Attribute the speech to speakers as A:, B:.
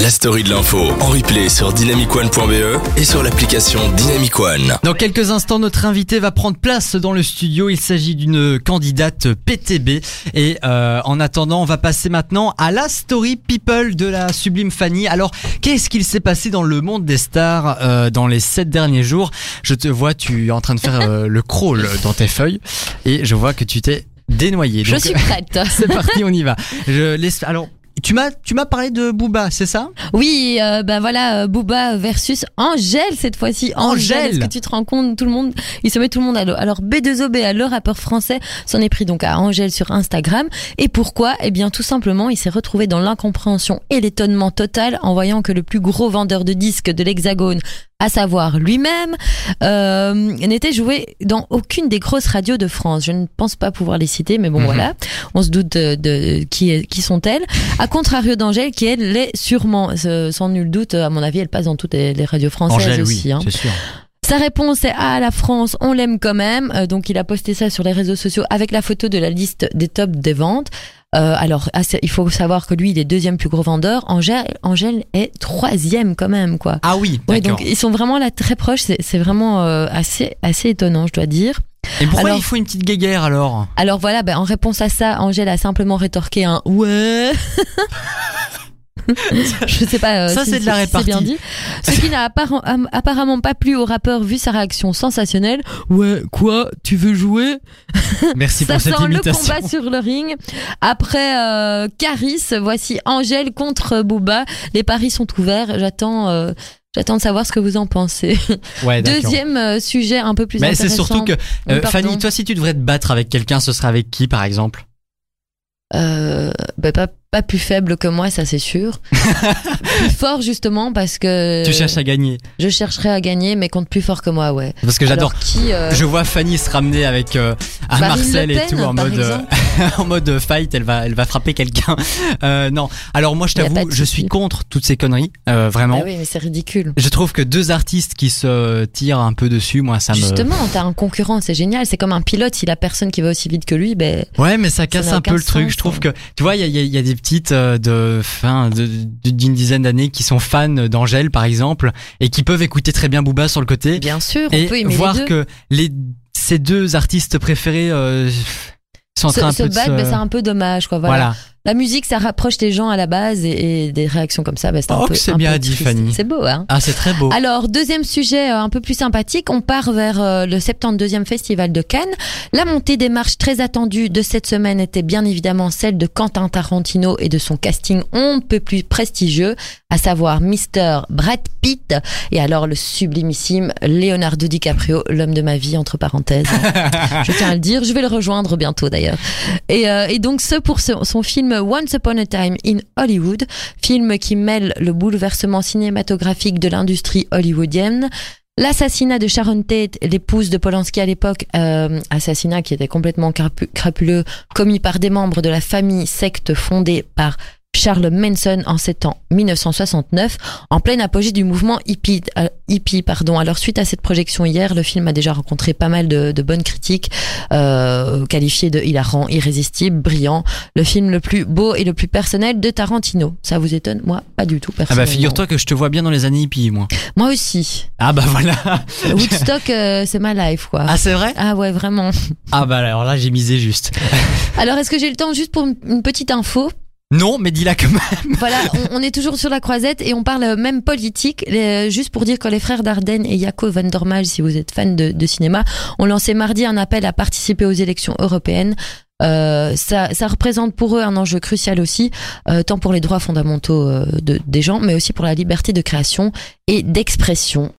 A: la story de l'info en replay sur dynamicone.be E et sur l'application Dynamicone.
B: Dans quelques instants, notre invité va prendre place dans le studio. Il s'agit d'une candidate PTB. Et euh, en attendant, on va passer maintenant à la story people de la sublime Fanny. Alors, qu'est-ce qu'il s'est passé dans le monde des stars euh, dans les sept derniers jours Je te vois, tu es en train de faire euh, le crawl dans tes feuilles. Et je vois que tu t'es dénoyé.
C: Je
B: Donc,
C: suis prête.
B: c'est parti, on y va. Je laisse... Alors, tu m'as, tu m'as parlé de Booba, c'est ça
C: Oui, euh, ben voilà, euh, Booba versus Angèle cette fois-ci.
B: Angèle.
C: Angèle, est-ce que tu te rends compte Tout le monde, il se met tout le monde à l'eau. Alors B2OBA, le rappeur français, s'en est pris donc à Angèle sur Instagram. Et pourquoi Eh bien tout simplement, il s'est retrouvé dans l'incompréhension et l'étonnement total en voyant que le plus gros vendeur de disques de l'Hexagone, à savoir lui-même, euh, n'était joué dans aucune des grosses radios de France. Je ne pense pas pouvoir les citer, mais bon
B: Mhm.
C: voilà, on se doute de, de- qui, est- qui sont-elles. À contrario d'Angèle, qui elle l'est sûrement, Ce- sans nul doute, à mon avis, elle passe dans toutes les, les radios françaises aussi. hein.
B: c'est sûr.
C: Sa réponse est Ah, la France, on l'aime quand même. Euh, donc, il a posté ça sur les réseaux sociaux avec la photo de la liste des tops des ventes. Euh, alors, ah, c'est- il faut savoir que lui, il est deuxième plus gros vendeur. Angèle, Angèle est troisième quand même, quoi.
B: Ah oui,
C: Ouais,
B: d'accord.
C: donc ils sont vraiment là très proches. C'est c'est vraiment euh, assez assez étonnant, je dois dire.
B: Et pourquoi
C: Alors-
B: il faut une petite guéguerre alors
C: Alors voilà, ben, en réponse à ça, Angèle a simplement rétorqué un ouais. Je sais pas. euh,
B: Ça,
C: si-
B: c'est de la
C: si
B: répartie.
C: bien dit. Ce qui n'a apparent- am- apparemment pas plu au rappeur vu sa réaction sensationnelle. Ouais, quoi Tu veux jouer
B: Merci
C: Ça
B: pour cette
C: sent le
B: imitation.
C: combat sur le ring. Après euh, Caris, voici Angèle contre Booba. Les paris sont ouverts. J'attends. euh, J'attends de savoir ce que vous en pensez.
B: Ouais, d'accord.
C: Deuxième euh, sujet un peu plus
B: Mais c'est
C: intéressant.
B: surtout que
C: Oui,
B: euh,
C: pardon.
B: Fanny, toi, si tu devrais te battre avec quelqu'un, ce serait avec qui, par exemple
C: Euh, bah, pas, pas plus faible que moi, ça c'est sûr. plus fort justement parce que
B: Tu cherches à gagner.
C: je chercherai à gagner, mais contre plus fort que moi, ouais.
B: Parce que j'adore.
C: Alors, qui euh,
B: Je vois Fanny se ramener avec euh, à
C: Marine
B: Marcel
C: Le
B: et
C: Pen,
B: tout en
C: par
B: mode euh,
C: exemple.
B: en mode euh, fight, elle va elle va frapper quelqu'un. Euh, non, alors moi je
C: Y a pas
B: t'avoue,
C: de
B: je
C: souci.
B: suis contre toutes ces conneries, euh,
C: Bah
B: vraiment.
C: oui, mais c'est ridicule.
B: Je trouve que deux artistes qui se tirent un peu dessus, moi ça
C: Justement, t'as un concurrent, c'est génial. C'est comme un pilote, si la personne qui va aussi vite que lui, ben
B: me Ouais, mais ça casse
C: n'a
B: un peu
C: aucun
B: le truc,
C: sens, hein.
B: je trouve que tu vois, il y a, il y a- il y a des petites euh, de fin de- d'une dizaine d'années qui sont fans d'Angèle par exemple et qui peuvent écouter très bien Booba sur le côté
C: bien sûr, on peut
B: et
C: aimer
B: voir
C: les deux.
B: que les ces deux artistes préférés euh, sont en
C: se,
B: train un
C: se
B: peu de
C: battre,
B: se-
C: ben, c'est un peu dommage, quoi. Voilà.
B: voilà.
C: La musique, ça rapproche les gens à la base et, et des réactions comme ça, ben c'est un
B: Oh,
C: peu.
B: que c'est
C: un
B: bien
C: peu
B: dit,
C: triste.
B: Fanny.
C: C'est beau, hein.
B: Ah, c'est très beau.
C: Alors, deuxième sujet euh, un peu plus sympathique, on part vers euh, le 72e festival de Cannes. La montée des marches très attendue de cette semaine était bien évidemment celle de Quentin Tarantino et de son casting on ne peut plus prestigieux, à savoir Mr. Brad Pitt et alors le sublimissime Leonardo DiCaprio, l'homme de ma vie entre parenthèses. je tiens à le dire, je vais le rejoindre bientôt d'ailleurs. Et, euh, et donc ce pour ce- son film Once Upon a Time in Hollywood, film qui mêle le bouleversement cinématographique de l'industrie hollywoodienne, l'assassinat de Sharon Tate, l'épouse de Polanski à l'époque, euh, assassinat qui était complètement crapu- crapuleux, commis par des membres de la famille secte fondée par Charles Manson en septembre 1969, en pleine apogée du mouvement hippie. euh, hippie pardon. Alors suite à cette projection hier, le film a déjà rencontré pas mal de, de bonnes critiques, euh, qualifiées de hilarant, irrésistible, brillant, le film le plus beau et le plus personnel de Tarantino. Ça vous étonne Moi, pas du tout.
B: Ah bah
C: personnellement.
B: figure-toi que je te vois bien dans les années hippies, moi.
C: Moi aussi.
B: Ah bah voilà.
C: Woodstock, euh, c'est ma life, quoi.
B: Ah c'est vrai
C: Ah ouais, vraiment.
B: Ah bah alors là j'ai misé juste.
C: Alors, est-ce que j'ai le temps juste pour une- une petite info
B: Non, mais dis-la comme.
C: Voilà, on, on est toujours sur la croisette et on parle euh, même politique. Les- euh, juste pour dire que les frères Dardenne et Jaco Van Dormael, si vous êtes fan de, de cinéma, ont lancé mardi un appel à participer aux élections européennes. Euh, ça, ça représente pour eux un enjeu crucial aussi, euh, tant pour les droits fondamentaux euh, de- des gens, mais aussi pour la liberté de création et d'expression.